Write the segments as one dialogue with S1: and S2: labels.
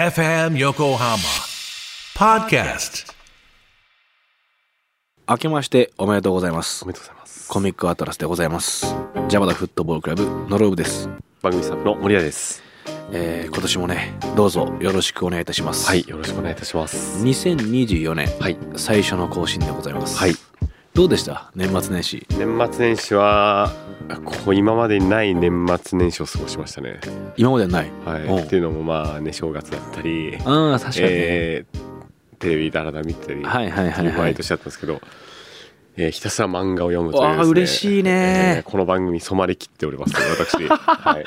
S1: FM Yokohama Podcast.
S2: 明けましておめでとうございます
S3: おめでとうございます。
S2: コミックアトラスでございますジャバダフットボールクラブノローブです、
S3: 番組スタッフの森谷です。
S2: えー今年もねどうぞよろしくお願いいたします
S3: はい、よろしくお願いいたします。
S2: 2024年、
S3: はい
S2: 最初の更新でございます
S3: はい
S2: どうでした年末年始
S3: 年末年始は、こう今までにない年末年始を過ごしましたね。
S2: 今までない
S3: はい。
S2: おう
S3: っていうのもまあね、正月だったり、
S2: ああ確かにね、
S3: えーテレビだらだ見てたり、
S2: はいはいはいはい
S3: 毎年だったんですけど、えーひたすら漫画を読むという
S2: わあ
S3: ですね
S2: 嬉しいね
S3: えーこの番組染まりきっております、ね、 私。はい。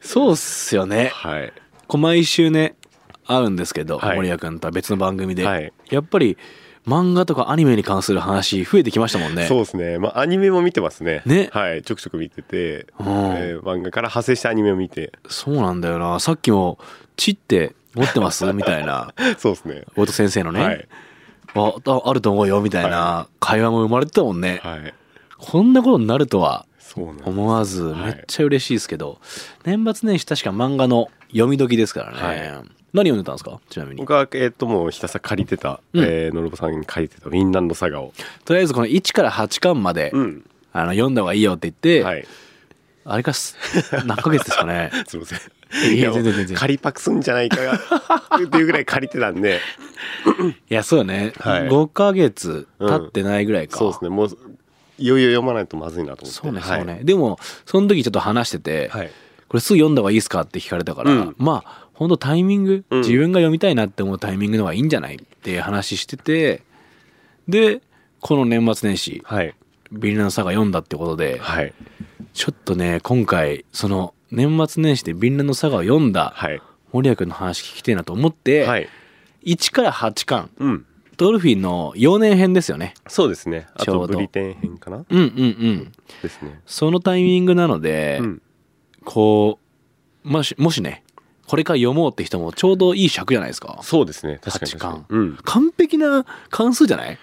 S2: そうっすよね
S3: はい。
S2: こう毎週ねあるんですけど、
S3: はい
S2: 森谷君とは別の番組で、
S3: はい
S2: やっぱり漫画とかアニメに関する話増えてきましたもんね
S3: そうですね。まあ、アニメも見てますね。
S2: ね
S3: はい。ちょくちょく見てて、
S2: うん
S3: えー漫画から派生したアニメを見て、
S2: そうなんだよなさっきも「チって持ってます?」みたいな
S3: そうですね。
S2: 後藤先生のね、
S3: はい。
S2: あああると思うよみたいな会話も生まれてたもんね、
S3: はい。
S2: こんなことになるとは
S3: そうなんです
S2: 思わず
S3: は
S2: め
S3: い
S2: っちゃ嬉しいですけど、年末年始確か漫画の読み時ですからね、
S3: はい
S2: 何読んでたんですかちなみに
S3: 僕は、えっと、もうひたすら借りてた、
S2: うん
S3: えーのろぼさんに借りてたフィンランドサガを。
S2: とりあえずこの1から8巻まで、
S3: うん。
S2: あの読んだ方がいいよって言って、
S3: はい。
S2: あれかす何ヶ月ですか ね
S3: すいません。
S2: いや
S3: もう
S2: 全然全然
S3: 借りパクすんじゃないかが、っていうぐらい借りてた んで、
S2: いやそうよね、
S3: はい
S2: 5ヶ月経ってないぐらいか、
S3: そうですね。もう、いよいよ読まないとまずいなと思って。
S2: そうねそ
S3: は
S2: う
S3: い
S2: ね、。でもその時ちょっと話してて、
S3: はい。
S2: これすぐ読んだ方がいいですかって聞かれたから、
S3: うん
S2: まあ本当タイミング、
S3: うん
S2: 自分が読みたいなって思うタイミングの方がいいんじゃないっていう話しててでこの年末年始
S3: はい。
S2: ビリナのサガ読んだってことで
S3: はい。
S2: ちょっとね今回その年末年始でビリナのサガを読んだ
S3: はい。
S2: 森谷君の話聞きてえなと思って、
S3: はい。
S2: 1から8巻
S3: うん。
S2: ドルフィンの幼年編ですよね
S3: そうですね。あ
S2: ちょ
S3: と、
S2: うど
S3: ブリテン編かな
S2: うんうんうん
S3: ですね。
S2: そのタイミングなので、
S3: うん。
S2: こうもしもしねこれから読もうって人もちょうどいい尺じゃないですか
S3: そうですね。確かに確かに
S2: 八。
S3: うん。
S2: 完璧な関数じゃない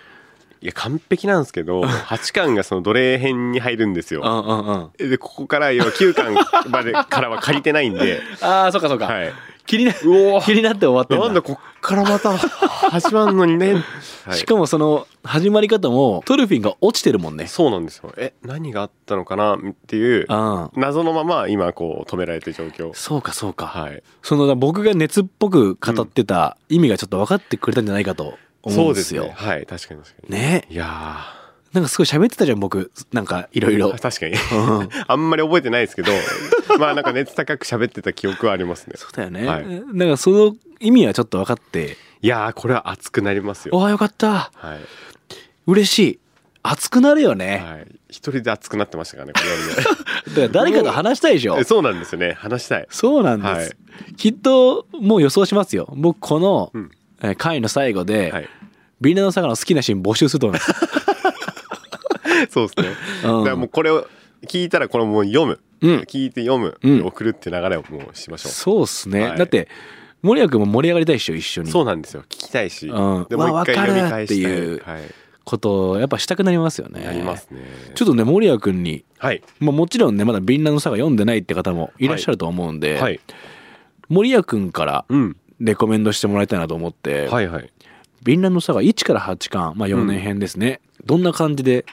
S3: いや、完璧なんですけど、8巻がその奴隷編に入るんですよ。
S2: んうんうん。
S3: でここから要は9巻までからは借りてないんで
S2: あ あ、そうかそうか。
S3: はい
S2: 気にな、
S3: うお
S2: 気になって終わってんだ
S3: なんだこっから また始まるのにね、はい、
S2: しかもその始まり方もトルフィンが落ちてるもんね。
S3: そうなんですよえ何があったのかなっていう
S2: ああ。
S3: 謎のまま今こう止められてる状況
S2: そうかそうか。
S3: はい
S2: その僕が熱っぽく語ってた意味がちょっと分かってくれたんじゃないかと思うんですよ。
S3: ねはい確かに確かに、
S2: ね
S3: いや
S2: なんかすごい喋ってたじゃん僕。なんかい
S3: い
S2: ろいろ。
S3: 確かに
S2: うん
S3: あんまり覚えてないですけどまあなんか熱高く喋ってた記憶はありますね
S2: そうだよね。
S3: はい
S2: なんかその意味はちょっと分かって、
S3: いやーこれは熱くなりますよ
S2: おあよかった。
S3: はい、
S2: 嬉しい。熱くなるよね。
S3: はい、一人で熱くなってましたからねこれ はね
S2: だから誰かと話したいでしょ
S3: え。 そうなんですよね話したい
S2: そうなんです、
S3: はい
S2: きっともう予想しますよ僕この
S3: うん
S2: えー回の最後で、
S3: はい
S2: ビーナの魚の好きなシーン募集す ると思います
S3: そうですね。
S2: うん
S3: だからもうこれを聞いたらこれもう読む、
S2: うん
S3: 聞いて読む、
S2: うん
S3: 送るっていう流れをもうしましょう。そ
S2: そうっすね、
S3: はい
S2: だって森谷君も盛り上がりたいでしょ一緒
S3: う
S2: に
S3: なんですよ。聞きたいし、
S2: うん
S3: で
S2: まあ
S3: もう一回読み返したい。
S2: わか
S3: はい、
S2: ことをやっぱしたくなりますよね
S3: なりますね。
S2: ちょっとね森谷君に、
S3: はい
S2: まあ、もちろんねまだビーナの魚読んでないって方もいらっしゃると思うんで、
S3: はい
S2: 森谷君から
S3: うん
S2: レコメンドしてもらいたいなと思って、
S3: はいはい。
S2: ビーナの魚1から8巻、まあ、4年編ですね、どんな感じで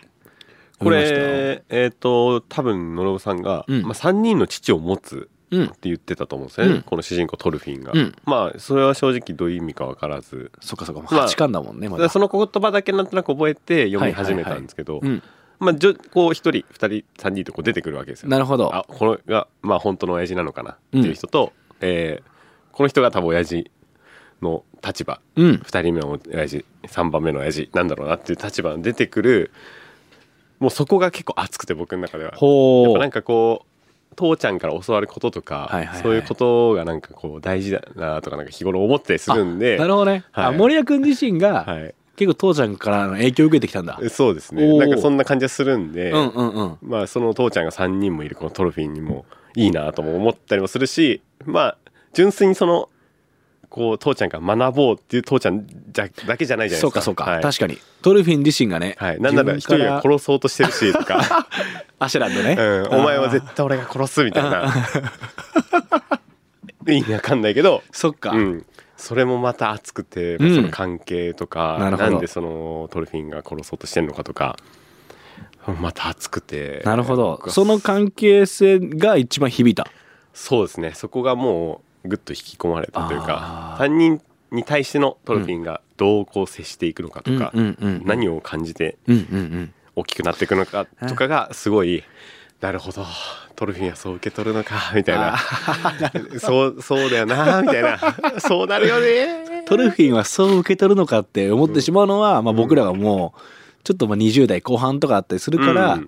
S3: こ
S2: 見ました
S3: れえっ、と多分のろぶさんが、
S2: うん
S3: まあ三人の父を持つ。
S2: うん
S3: って言ってたと思うんですよね、
S2: うん
S3: この主人公トルフィンが、
S2: うん
S3: まあそれは正直どういう意味か分からず
S2: そっかそっか、
S3: まあ
S2: 8巻だもんね、まだ
S3: だからその言葉だけなんとなく覚えて読み始めたんですけど、
S2: うん、
S3: まあ、じょこう一人二人三人とこう出てくるわけですよ
S2: なるほど。
S3: あこれが、まあ、本当の親父なのかなっていう人と、えーこの人が多分親父の立場
S2: うん。
S3: 2人目の親父3番目の親父なんだろうなっていう立場に出てくるもうそこが結構熱くて僕の中では。やっ
S2: ほ
S3: ぱな。
S2: うん
S3: かこう父ちゃんから教わることと
S2: は
S3: か、
S2: いはいはい
S3: そういうことがなんかこう大事だなとかなんか日頃思ったりするんで
S2: なるほどね。
S3: はい
S2: あ、森谷君自身が、
S3: は
S2: 結構父ちゃんからの影響を受けてきたんだ。
S3: い、そうですね
S2: おー
S3: なんかそんな感じがするんで、
S2: うんうんうん。
S3: まあその父ちゃんが3人もいるこのトロフィーにもいいなとも思ったりもするしまあ純粋にそのこう父ちゃんが学ぼうっていう父ちゃんじゃだけじゃないじゃないですか
S2: そうかそうか。
S3: はい、
S2: 確かに。トルフィン自身がね、
S3: はい、なんなら一
S2: 自分
S3: 人
S2: から
S3: が殺そうとしてるしとか、
S2: アシェランドね
S3: う。ん、お前は
S2: あ
S3: 絶対俺が殺すみたいな 意味わかんないけど、
S2: そっか、
S3: うん、それもまた熱くて、まあ
S2: うん
S3: その関係とか
S2: なるほど
S3: んでそのトルフィンが殺そうとしてるのかとかまた熱くて
S2: なるほど
S3: 僕は
S2: その関係性が一番響いた
S3: そうですねそこがもうぐっと引き込まれたという
S2: あ
S3: か
S2: ー
S3: 担任に対してのトルフィンがどうこう接していくのかとか、
S2: うんうんうんうん
S3: 何を感じて
S2: うんうんうん
S3: 大きくなっていくのかとかがすごいなるほどトルフィンはそう受け取るのかみたいなそうそうだよなみた いなそうなるよね
S2: トルフィンはそう受け取るのかって思ってしまうのは、まあ、僕らがもうちょっとまあ20代後半とかあったりするから、
S3: うん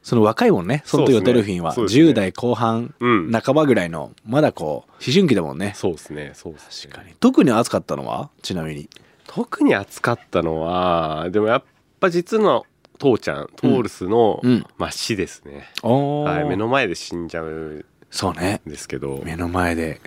S2: その若いもんねその時のトルフィンは、
S3: そうですね
S2: 10代後半
S3: うん
S2: 半ばぐらいのまだこう思春期だもんね
S3: そうですねそうですね
S2: 特に熱かったのはちなみに
S3: 特に熱かったのはでもやっぱ実の父ちゃんトールスの、
S2: うんうん
S3: まあ、死ですね、
S2: お
S3: はい、目の前で死んじゃうん
S2: そうね
S3: ですけど
S2: 目の前で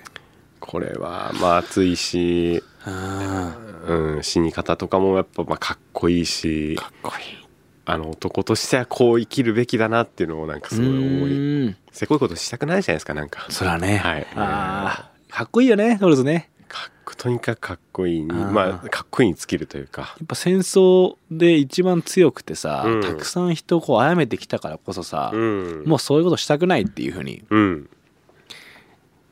S3: これはまあ熱いし、
S2: あ
S3: うん、死に方とかもやっぱまあかっこいいし
S2: ーかっこいい
S3: あの男としてはこう生きるべきだなっていうのをなんかすごい思い
S2: うん
S3: せこいことしたくないじゃないですかなんか
S2: そらね、
S3: はい
S2: あーかっこいいよねトルズね
S3: かっことにかくかっこいいに
S2: あー
S3: まあかっこいいに尽きるというか
S2: やっぱ戦争で一番強くてさ、
S3: うん
S2: たくさん人をこう殺めてきたからこそさ、
S3: うん
S2: もうそういうことしたくないっていうふうに
S3: うん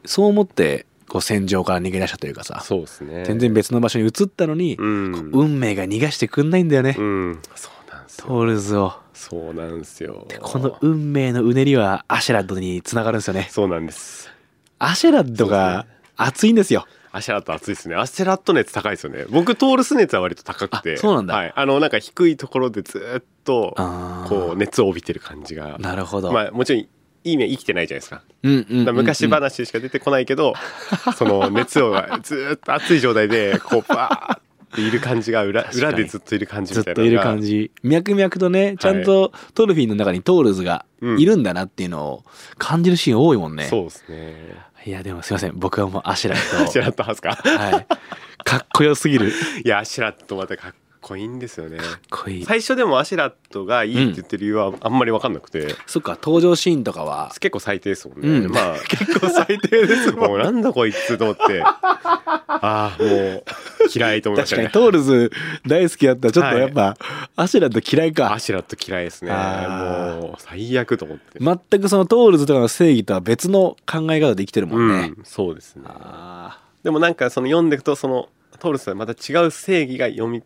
S2: そう思ってこう戦場から逃げ出したというかさ
S3: そうですね
S2: 全然別の場所に移ったのに、
S3: うん
S2: こう運命が逃がしてくんないんだよね、
S3: うんそうなんですよ
S2: トールズを
S3: そうなんですよ
S2: この運命のうねりはアシェラッドにつながるんですよね
S3: そうなんです
S2: アシェラッドが熱いんですよ
S3: アシェラット熱いですねアシェラット熱高いですよね僕トールス熱は割と高くて
S2: あそうなんだ
S3: はい、あのなんか低いところでずーっと
S2: あー
S3: こう熱を帯びてる感じが
S2: なるほど、
S3: まあもちろんいい面生きてないじゃないですかだか
S2: うんうんうんうん
S3: ら昔話しか出てこないけ ど、その熱をずーっと熱い状態でこうバーっている感じが裏
S2: 確かに
S3: 裏でずっといる感じ
S2: ず
S3: み
S2: った
S3: いな
S2: といる感
S3: じ
S2: じ脈々とねちゃんとトルフィンの中にトールズがいるんだなっていうのを感じるシーン多いもんね、
S3: そうですね
S2: いやでもすいません僕はもうアシェラ
S3: アシェ
S2: ッ
S3: ラットハウスか
S2: ドはいかっこよすぎる
S3: いやアシェラットまたかっこいいんですよね
S2: かっこいい
S3: 最初でもアシェラットがいいって言ってる理由はあんまり分かんなくて、
S2: そっか登場シーンとかは
S3: 結構最低ですもんね、
S2: うん
S3: まあ結構最低です もんもうなんだこいつと思ってああもう嫌いと思いまし
S2: 確
S3: た
S2: かにト
S3: ね
S2: ールズ大好きだったらちょっとやっぱ、アシェラッド嫌いか
S3: アシュラット嫌いですね
S2: あー
S3: もう最悪と思って、
S2: 全くそのトールズとかの正義とは別の考え方で生きてるもんね、
S3: うんそうですね
S2: ああ
S3: でもなんかその読んでいくとそのトールスはまた違う正義が読み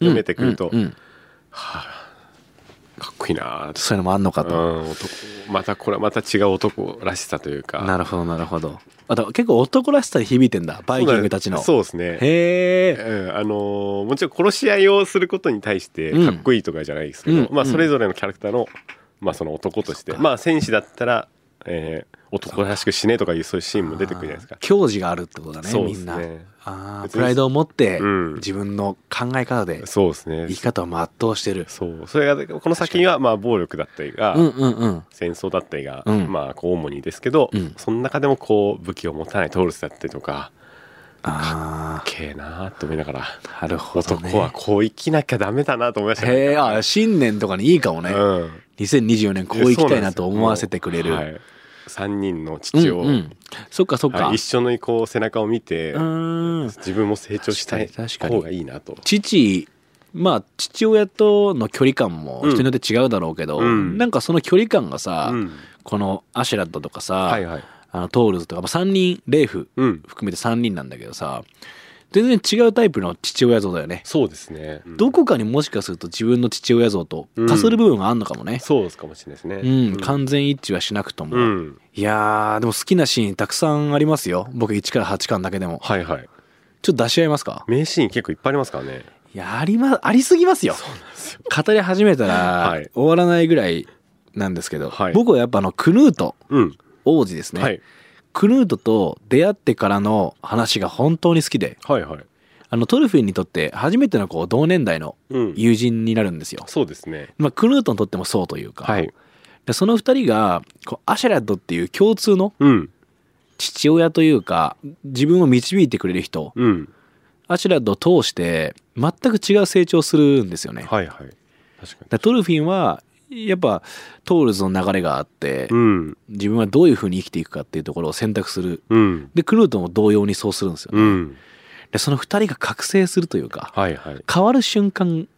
S3: 読めてくると、
S2: うんうんうん
S3: かっこいいなー
S2: そういうのもあんのか
S3: う
S2: と、
S3: ん、男またこれはまた違う男らしさというか
S2: なるほどなるほどあと結構男らしさに響いてんだバイキングたちの
S3: そうですね
S2: へえ
S3: うんあのーもちろん殺し合いをすることに対して
S2: うん
S3: かっこいいとかじゃないですけど、
S2: うん
S3: まあ、
S2: うん
S3: それぞれのキャラクターの,、まあその男としてまあ戦士だったら、えー男らしく死ねとかいうそういうシーンも出てくるじゃないですか。
S2: 矜持があるってことだね
S3: そうで
S2: み
S3: す
S2: んな
S3: ね
S2: ああ
S3: 別に
S2: プライドを持って
S3: うん
S2: 自分の考え方で
S3: そうですね
S2: 生き方を全うしてる
S3: そうそれがこの作品はまあ暴力だったりが、
S2: うんうんうん
S3: 戦争だったりが、
S2: うん
S3: まあこう主にですけど、
S2: うん
S3: その中でもこう武器を持たないトールスだったりとか
S2: あ
S3: けえなーと思いながら
S2: あなるほどね
S3: 男はこう生きなきゃダメだなと思いましたね。
S2: へえあ新年とかにいいかもね、
S3: うん
S2: 2024年こう行きたいなと思わせてくれる
S3: そうなんですよもうはい、3人の父を、
S2: うんうんそっかそっか、
S3: はい一緒のこう背中を見て、
S2: うーん
S3: 自分も成長したい
S2: 確かに確かに
S3: 方がいいなと
S2: 父まあ父親との距離感も人によって違うだろうけど、
S3: うん
S2: なんかその距離感がさ、
S3: うん
S2: このアシュラッドとかさ、
S3: はいはい
S2: あのトールズとか、まあ、3人レイフ
S3: うん
S2: 含めて3人なんだけどさ全然違うタイプの父親像だよね、
S3: そうですね、うん
S2: どこかにもしかすると自分の父親像とかする部分があんのかもね、
S3: そうかもしれないですね
S2: うん完全一致はしなくとも、
S3: うん
S2: いやーでも好きなシーンたくさんありますよ僕1から8巻だけでも
S3: はいはい
S2: ちょっと出し合いますか
S3: 名シーン結構いっぱいありますからね
S2: いやあり,、ま、ありすぎますよ
S3: そうなんですよ
S2: 語り始めた
S3: は
S2: ら
S3: い
S2: 終わらないぐらいなんですけど、
S3: はい
S2: 僕はやっぱあのクヌート
S3: うん、
S2: 王子ですね、
S3: はい、
S2: クヌートと出会ってからの話が本当に好きで
S3: はいはい
S2: あのトルフィンにとって初めてのこう同年代の
S3: うん
S2: 友人になるんですよ、
S3: そうですね
S2: まあ、クヌートにとってもそうというか、
S3: はい
S2: でその2人がこうアシェラッドっていう共通の
S3: うん
S2: 父親というか自分を導いてくれる人
S3: うん
S2: アシュラッドを通して全く違う成長をするんですよね。だか
S3: はいはい確から
S2: トルフィンはやっぱトールズの流れがあって、
S3: うん
S2: 自分はどういうふうに生きていくかっていうところを選択する
S3: うん
S2: でクルートンも同様にそうするんですよね、
S3: うん
S2: でその2人が覚醒するというか
S3: はいはい
S2: 変わる瞬間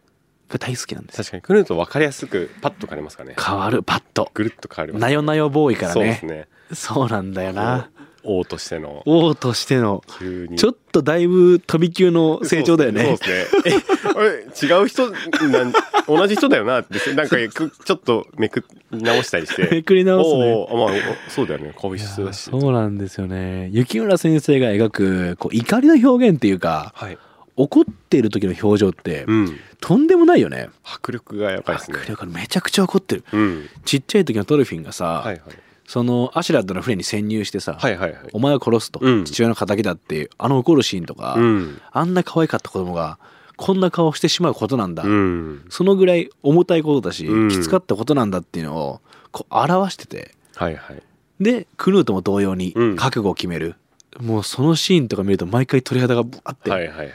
S2: が大好きなんですよ
S3: 確かにクルート分かりやすくパッと変わりますからね
S2: 変わるパッと
S3: ぐるっと変わります
S2: なよなよボーイから
S3: そうです
S2: ね
S3: ね
S2: そうなんだよな
S3: 王としての
S2: 王としての
S3: 急に
S2: ちょっとだいぶ飛び級の成長だよね
S3: そうですねそうですねえあれ違う人なん同じ人だよなってなんかくちょっとめく直したりして
S2: めくり直すね
S3: おうおうあまあそうだよね顔一緒だし
S2: そうなんですよね雪村先生が描くこう怒りの表現っていうか
S3: はい
S2: 怒っている時の表情って
S3: うん
S2: とんでもないよね
S3: 迫力がやばいですね
S2: 迫力あるめちゃくちゃ怒ってる
S3: うん
S2: ちっちゃい時のドルフィンがさ、
S3: はいはい
S2: そのアシュラッドの船に潜入してさ、
S3: はいはいはい
S2: お前を殺すと、
S3: うん
S2: 父親の敵だっていうあの怒るシーンとか、
S3: うん
S2: あんな可愛かった子供がこんな顔してしまうことなんだ、
S3: うん
S2: そのぐらい重たいことだし、
S3: うん
S2: きつかったことなんだっていうのをこう表してて
S3: はいはい
S2: でクヌートも同様に
S3: うん
S2: 覚悟を決める、もうそのシーンとか見ると毎回鳥肌がブワって、
S3: はいはいはい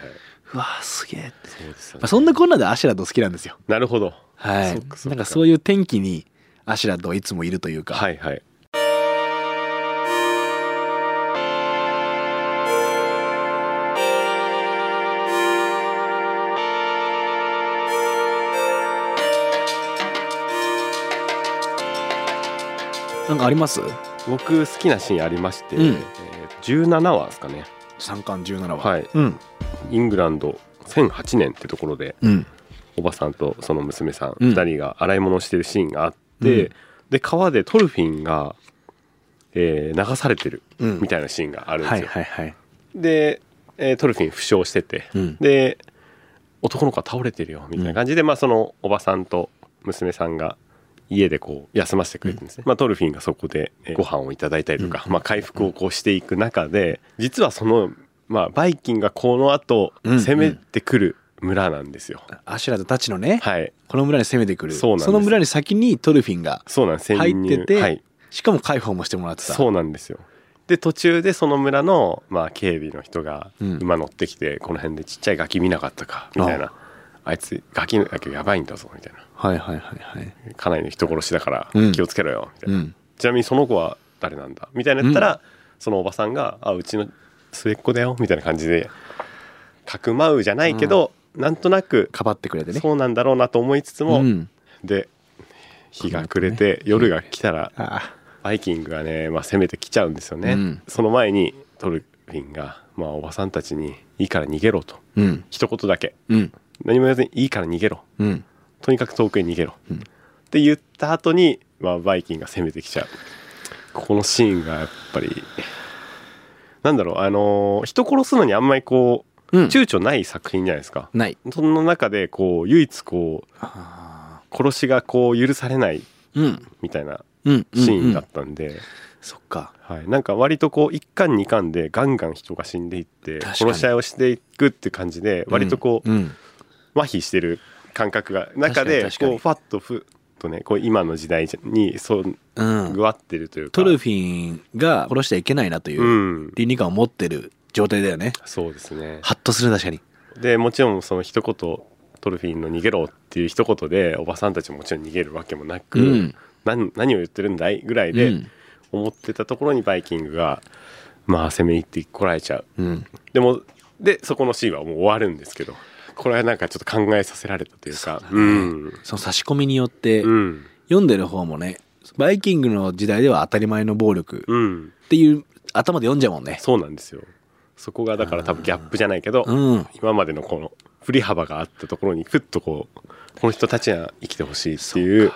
S2: うわーすげえって、
S3: そうですよ
S2: まあ、
S3: ね
S2: そんなこんなでアシュラッド好きなんですよ
S3: なるほど
S2: はい
S3: そっかそっか
S2: なんかそういう天気にアシュラッドはいつもいるというか、
S3: はいはい
S2: なんかあります
S3: 僕好きなシーンありまして、
S2: うん
S3: えー17話ですかね
S2: 三巻17話
S3: はい
S2: うん
S3: イングランド1008年ってところで
S2: うん
S3: おばさんとその娘さん
S2: うん
S3: 2人が洗い物をしてるシーンがあって、
S2: うん
S3: で川でトルフィンが、えー流されてる
S2: うん
S3: みたいなシーンがあるんです
S2: は
S3: よ。
S2: いはいはい
S3: で、えートルフィン負傷してて、
S2: うん
S3: で男の子は倒れてるよみたいな感じで、まあ、そのおばさんと娘さんが家でこう休ませてくれてるんですね、まあ、トルフィンがそこでえーご飯をいただいたりとか、まあ、回復をこうしていく中で実はその、まあ、バイキンがこのあと
S2: うん
S3: 攻めてくる村なんですよ。
S2: アシュラとたちのね、
S3: はい
S2: この村に攻めてくる
S3: そうなんです
S2: の村に先にトルフィンが
S3: そうなんです
S2: 入
S3: 潜
S2: っ
S3: 入
S2: てて、
S3: はい、
S2: しかも解放もしてもらってた
S3: そうなんですよで途中でその村の、まあ、警備の人が
S2: うん
S3: 馬乗ってきて、この辺でちっちゃいガキ見なかったかみたいなあいつガキだけどやばいんだぞみたいな
S2: はいはいはいはい
S3: 家内の人殺しだから
S2: うん
S3: 気をつけろよみたいな、
S2: うん
S3: ちなみにその子は誰なんだみたいなやったら、そのおばさんが「あうちの末っ子だよ」みたいな感じでかくまうじゃないけど、なんとなく
S2: かばってくれてね
S3: そうなんだろうなと思いつつも、
S2: ん、
S3: で日が暮れて夜が来たら
S2: あ
S3: バイキングがね、まあ、攻めてきちゃうんですよね、
S2: うん
S3: その前にトルフィンが、まあ、おばさんたちに「いいから逃げろ」と
S2: うん
S3: 一言だけ
S2: うん
S3: 何も言わずに「いいから逃げろ
S2: うん」
S3: とにかく遠くへ逃げろ、
S2: うん
S3: って言った後に、まあ、バイキングが攻めてきちゃうこのシーンがやっぱりなんだろうあのー人殺すのにあんまりこう
S2: うん
S3: 躊躇ない作品じゃないですか、
S2: ない
S3: その中でこう唯一こう
S2: あ
S3: 殺しがこう許されない
S2: ーうん
S3: みたいな
S2: うんうん
S3: シーンだ
S2: う
S3: っ
S2: ん
S3: たんで、
S2: そっか
S3: はい、なんか割とこう一巻二巻でガンガン人が死んでいって
S2: 確かに
S3: 殺し合いをしていくって感じで割とこう
S2: うんうん
S3: 麻痺してる感覚が中で
S2: 確か
S3: こ
S2: に
S3: うファッとふっとねこう今の時代にそう
S2: うん
S3: ぐわってるというか
S2: トルフィンが殺しちゃいけないなといううん倫理観を持ってる状態だよね、
S3: そうですね
S2: ハッとする確かに
S3: でもちろんその一言トルフィンの逃げろっていう一言でおばさんたちももちろん逃げるわけもなく、
S2: うん
S3: 何何を言ってるんだいぐらいうで
S2: ん
S3: 思ってたところにバイキングがまあ攻め入ってこられちゃう
S2: うん
S3: でもでそこのシーンはもう終わるんですけどこれはなんかちょっと考えさせられたというかう,、ん、
S2: その差し込みによって、
S3: うん
S2: 読んでる方もねバイキングの時代では当たり前の暴力
S3: うん、
S2: っていう頭で読んじゃうもんね
S3: そうなんですよそこがだから多分ギャップじゃないけど、
S2: うん
S3: 今までのこの振り幅があったところにふっとこうこの人たちが生きてほしいっていう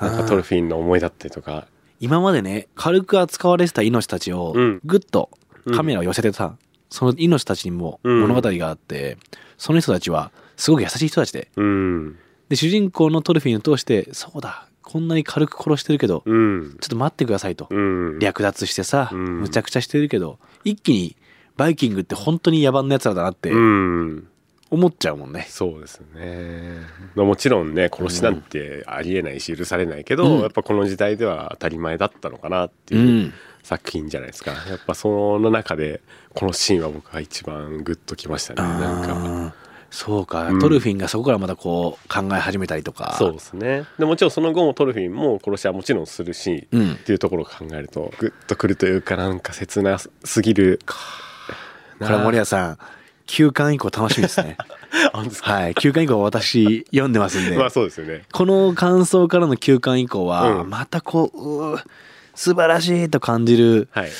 S3: なんかトルフィンの思いだったりとか
S2: 今までね軽く扱われてた命たちを
S3: うん
S2: ぐっとカメラを寄せてた、その命たちにも
S3: うん
S2: 物語があって、その人たちはすごく優しい人たちで
S3: うん
S2: で主人公のトルフィンを通してそうだこんなに軽く殺してるけど、ちょ
S3: うん
S2: っと待ってくださいと、
S3: うん
S2: 略奪してさ、
S3: うん
S2: むちゃくちゃしてるけど一気にバイキングって本当に野蛮なやつらだなって
S3: うん
S2: 思っちゃうもんね、
S3: そうですねまあもちろんね殺しなんてありえないし許されないけど、
S2: うん
S3: やっぱこの時代では当たり前だったのかなっていうう、
S2: ん、
S3: 作品じゃないですかやっぱその中でこのシーンは僕は一番グッときましたねなんか
S2: あーそうか、
S3: うん
S2: トルフィンがそこからまたこう考え始めたりとか
S3: そうですねでもちろんその後もトルフィンも殺しはもちろんするし、
S2: うん
S3: っていうところを考えるとグッとくるというかなんか切なすぎる
S2: これは森谷さん9巻以降楽しみ ですね
S3: あんですか、
S2: はい9巻以降私読んでますんで、
S3: まあそうですよね
S2: この感想からの9巻以降は
S3: うん
S2: またこう,うー、素晴らしいと感じる
S3: はい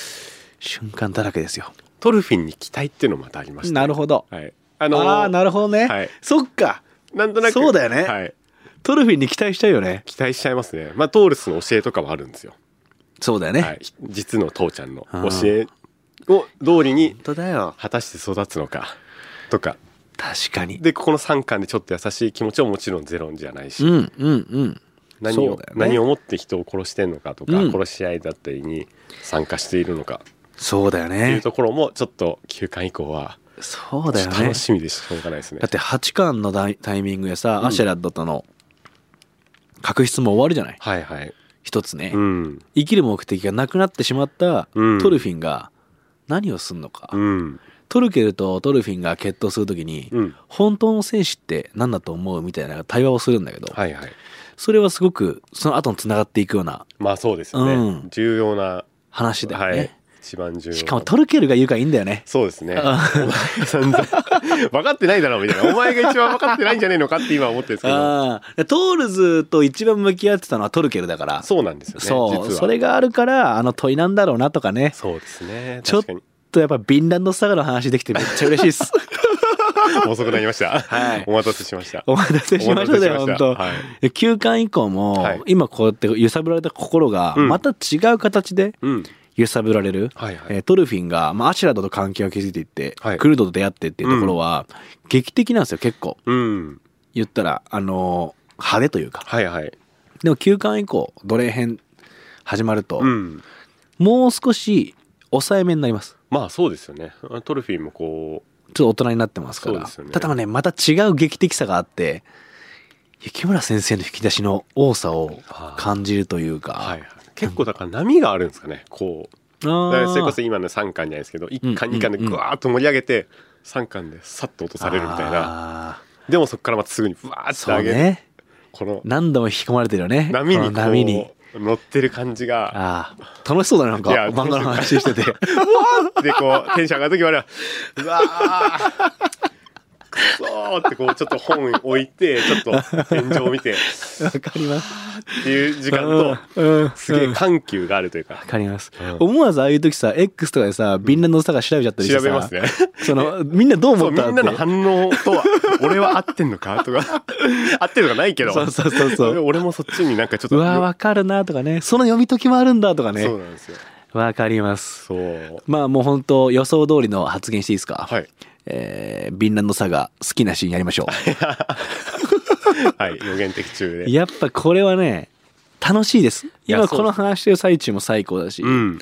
S2: 瞬間だらけですよ
S3: トルフィンに期待っていうのもまたありました
S2: なるほど、
S3: はいあ
S2: あ
S3: の
S2: あーなるほどね、
S3: はい
S2: そっか
S3: なんとなく
S2: そうだよね
S3: はい
S2: トルフィンに期待しちゃうよね
S3: 期待しちゃいますねまあトールスの教えとかもあるんですよ、
S2: そうだよね、
S3: はい、実の父ちゃんの
S2: あー
S3: 教えを通りに
S2: 本当だよ
S3: 果たして育つのかとか
S2: 確かに
S3: でここの3巻でちょっと優しい気持ちももちろんゼロじゃないし、
S2: うんうんうん
S3: 何
S2: そう
S3: を
S2: だよね
S3: 何を思って人を殺してんのかとか、
S2: うん
S3: 殺し合いだったりに参加しているのか
S2: そうだよ
S3: ってい
S2: ね
S3: うところもちょっと9巻以降は
S2: そうだよ
S3: ちょっと
S2: ね
S3: 楽しみでしょうがないですね
S2: だって8巻のタイタイミングでさ、アシェラッドとの確執も終わるじゃない
S3: はいはい
S2: 一つね、
S3: うん
S2: 生きる目的がなくなってしまった
S3: うん
S2: トルフィンが何をすんのか、
S3: うん
S2: トルケルとトルフィンが決闘するときに、
S3: うん
S2: 本当の戦士って何だと思うみたいな対話をするんだけど、
S3: はいはい
S2: それはすごくその後につながっていくような
S3: まあそうですよね、
S2: うん
S3: 重要な、
S2: 話だよ
S3: は
S2: ね、
S3: い一番重要な
S2: しかもトルケルが言うからいいんだよね
S3: そうですねお前が散々分かってないだろうみたいなお前が一番分かってないんじゃねえのかって今思ってるんですけど
S2: ああトールズと一番向き合ってたのはトルケルだから
S3: そうなんですよね
S2: そう
S3: 実は
S2: それがあるからあの問いなんだろうなとかね
S3: そうですね
S2: ちょっ
S3: 確かに
S2: とやっぱビンランドサガの話できてめっちゃ嬉しいっ す
S3: 遅くなりました、
S2: はい
S3: お待たせしました
S2: お待たせしましたね本
S3: お待たせしました
S2: 当、
S3: は
S2: 休館以降も、
S3: はい
S2: 今こうやって揺さぶられた心が
S3: うん
S2: また違う形で
S3: うん
S2: 揺さぶられる、
S3: はいはい
S2: えートルフィンが、まあ、アシュラドと関係を築いていって、
S3: はい
S2: クルドと出会ってっていうところは、劇的なんですよ結構
S3: うん
S2: 言ったらあのー派手というか
S3: はいはい
S2: でも休館以降奴隷編始まると、
S3: うん
S2: もう少し抑えめになります
S3: まあそうですよねトルフィンもこ
S2: ちょっと大人になってますか
S3: そう
S2: ら。
S3: ですよね
S2: ただね、また違う劇的さがあって、雪村先生の引き出しの多さを感じるというか。
S3: う、はいはい、結構だから波があるんですかねこうだからそれこそ今の3巻じゃないですけど1巻
S2: うん
S3: 2巻で
S2: うんうん
S3: ぐわーっと盛り上げて3巻でさっと落とされるみたいな
S2: な。
S3: でもそこからまたすぐにぶわーって
S2: そう
S3: 上げる
S2: ね。
S3: この
S2: 何度も引き込まれてるよね。
S3: 波
S2: こ
S3: に
S2: の波に
S3: こ。う乗ってる感じが
S2: ああ。楽しそうだね、なんか。
S3: いや
S2: 漫画の話してて。
S3: でこうテンション上がる時 はあれは「うわーくそー」ってこうちょっと本置いてちょっと天井を見てっ
S2: わかります。
S3: ていう時間と
S2: うんうん
S3: すげ
S2: う
S3: え
S2: んわ
S3: 緩急があるというか
S2: かります
S3: うん。
S2: 思わずああいう時さ、X とかでさ、ビンランドスターが調べちゃったりして
S3: 調
S2: さ。
S3: べますね。
S2: その、みんなどう
S3: そ
S2: 思
S3: う
S2: っ
S3: み
S2: たって
S3: んなの反応とは 俺は合ってんのかとか 合ってるのかないけど
S2: そうそうそうそう
S3: 俺もそっちになんかちょっと
S2: うわ、わかるなとかね。その読み解きもあるんだとかね。
S3: そうなんですよ
S2: わかります。
S3: そう
S2: まあもう本当予想通りの発言していいですか。
S3: はい
S2: えー、ビンランドサガ好きなシーンやりましょ
S3: はい予言的中
S2: う。
S3: で
S2: やっぱこれはね、楽しいです。
S3: や
S2: 今
S3: そう
S2: この話してる最中も最高だし、
S3: うん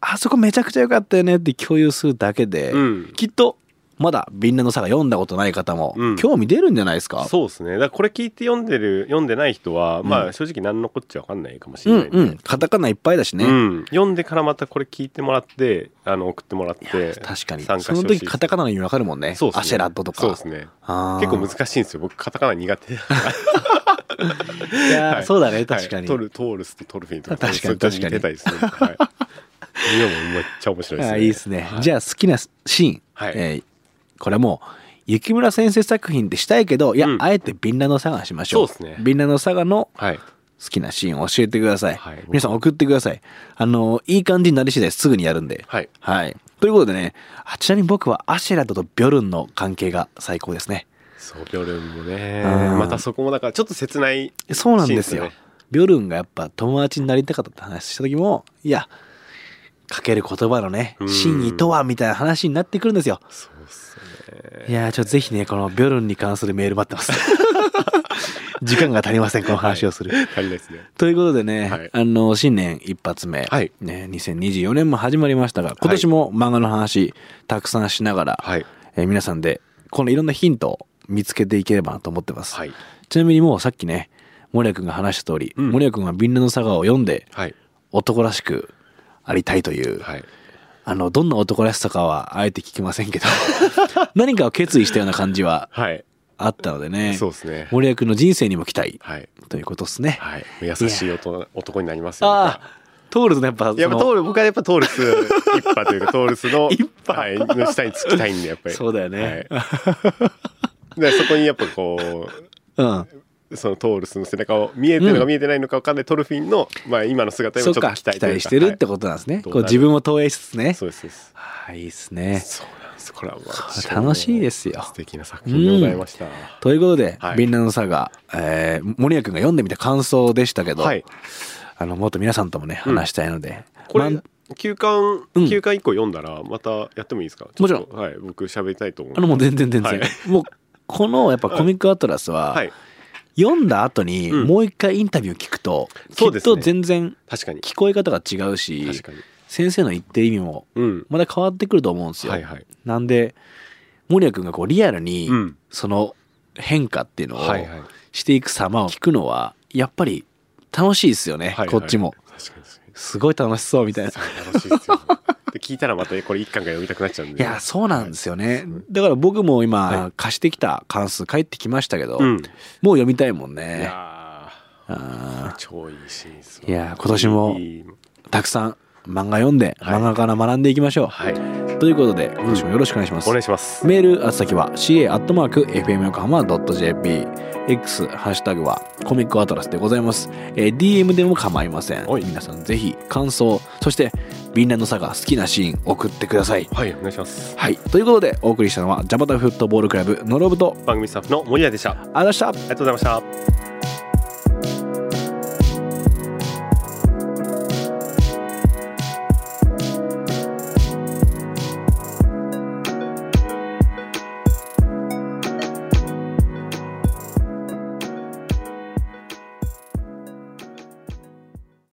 S2: あそこめちゃくちゃ良かったよねって共有するだけで、
S3: うん
S2: きっとまだビンランドサガ読んだことない方も
S3: うん
S2: 興味出るんじゃないですか。
S3: そうですねだからこれ聞いて読んでる読んでない人は、まあ正直何のこっちゃ分かんないかもしれ
S2: ん
S3: ないんで
S2: うん。カタカナいっぱいだしね。
S3: うん読んでからまたこれ聞いてもらってあの送ってもらって
S2: 確かに。
S3: 参加して
S2: そ
S3: ほ
S2: の
S3: しい
S2: 時カタカナの意味わかるもんね。
S3: そうっすね
S2: アシェラットとか。
S3: そうですね
S2: あー
S3: 結構難しいんですよ僕カタカナ苦手
S2: いやー
S3: はい
S2: そうだね、確かに。
S3: はいトルトールスとトルフィンとか
S2: 確かに
S3: そういうの似てたりするんではい見ようもめっちゃ面白いです
S2: あ
S3: ね
S2: いいですね、じゃあ好きなシーン、
S3: はい
S2: えーこれはもう雪村先生作品ってしたいけどいや、
S3: うん
S2: あえてビンランドサガしましょう
S3: そうっすね
S2: ビンランドサガの
S3: はい
S2: 好きなシーンを教えてください、
S3: はい
S2: 皆さん送ってくださいあのいい感じになり次第すぐにやるんでは
S3: はい
S2: ということでねあちなみに僕はアシェラドとビョルンの関係が最高ですね
S3: そうビョルンもね
S2: うん
S3: またそこもだからちょっと切ない
S2: そうなんですよ
S3: シーンっ
S2: ビョルンがやっぱ友達になりたかったって話した時もいやかける言葉のね
S3: うん
S2: 真意とはみたいな話になってくるんですよ
S3: そうっすね
S2: いやーちょっとぜひねこのビョルンに関するメール待って ます時間が足りませんこの話をする、
S3: 足りないですね
S2: ということでね、
S3: はい
S2: あの新年一発目、
S3: はい
S2: ね、2024年も始まりましたが今年も漫画の話たくさんしながら、
S3: はい
S2: えー皆さんでこのいろんなヒントを見つけていければなと思ってます、
S3: はい
S2: ちなみにもうさっきね森谷君が話した通り、
S3: うん
S2: 森谷君は「ビンラのサガ」を読んで
S3: はい
S2: 男らしくありたいという
S3: はい
S2: あのどんな男らしさかはあえて聞きませんけど 何かを決意したような感じは
S3: はい
S2: あったのでね
S3: そうですね
S2: 森谷君の人生にも期待
S3: はい
S2: ということですね、
S3: はい優しい男男になりますよ
S2: ああ通るとねやっぱ
S3: やっぱ
S2: そ
S3: ト
S2: の
S3: ール僕はやっぱトールス一派というかトールスの
S2: 一派
S3: はい、の下につきたいんでやっぱり
S2: そうだよね、
S3: はい、でそこにやっぱこ
S2: うん
S3: うそのトールスの背中を見えてるの
S2: う
S3: か
S2: ん
S3: 見えてないのかわかんないトルフィンの、まあ、今の姿に
S2: そ
S3: も
S2: う
S3: ちょっと
S2: か
S3: 期
S2: 期
S3: 待というか
S2: 待してるって
S3: は
S2: ことなんですね
S3: ど
S2: こ
S3: うな
S2: う
S3: る
S2: 自分を投影しつつ
S3: い
S2: ね
S3: そうですそうです
S2: はいいいですね
S3: そうなんですこれはもう
S2: 楽しいですよ
S3: 素敵な作品でございました、
S2: ということで「
S3: はい
S2: ビンランドサガ」えー森谷君が読んでみた感想でしたけど、
S3: はい
S2: あのもっと皆さんともね
S3: うん
S2: 話したいので、
S3: これ
S2: まん
S3: 休巻
S2: うん
S3: 休巻以降読んだらまたやってもいいですか
S2: もちろん
S3: っとはい僕喋りたいと思う
S2: あのもう全然全然、
S3: はい
S2: もうこのやっぱコミックアトラスは、
S3: はい
S2: 読んだ後に
S3: うん
S2: もう一回インタビュー聞くと、
S3: そう
S2: き
S3: で
S2: っ
S3: すね
S2: と全然
S3: 確かに
S2: 聞こえ方が違うし
S3: 確かに
S2: 先生の言ってる意味も
S3: うん
S2: また変わってくると思うんですよ。
S3: はいはい
S2: なんで森谷君がこうリアルに
S3: うん
S2: その変化っていうのを
S3: はいはい
S2: していく様を聞くのはやっぱり楽しいですよね、
S3: はいはい
S2: こっちも。
S3: 確かに確かに
S2: すごい楽しそうみたいな。い
S3: 楽 しいですよ、ね、で聞いたらまたこれ一巻が読みたくなっちゃうんで
S2: やそうなんですよね
S3: はい。
S2: だから僕も今、
S3: は
S2: 貸してきた関数返ってきましたけど、
S3: うんい
S2: もう読みたいもんね。
S3: や
S2: あ
S3: ー超いいシーンですわ
S2: いやー今年も
S3: いい
S2: ーたくさん漫画読んで、
S3: はい
S2: 漫画から学んでいきましょう。
S3: はい
S2: ということで今年もよろしくお願いします。
S3: お願いします
S2: メール宛先は ca.fmyokohama.jp X ハッシュタグはコミックアトラスでございます、えー DM でも構いません
S3: はい
S2: 皆さんぜひ感想そしてビンランドサガ好きなシーン送ってください
S3: はいお願いします
S2: はいということでお送りしたのはジャパタフットボールクラブのロブと
S3: 番組スタッフの森谷でしたあり
S2: ありがとうございました
S3: がとうございました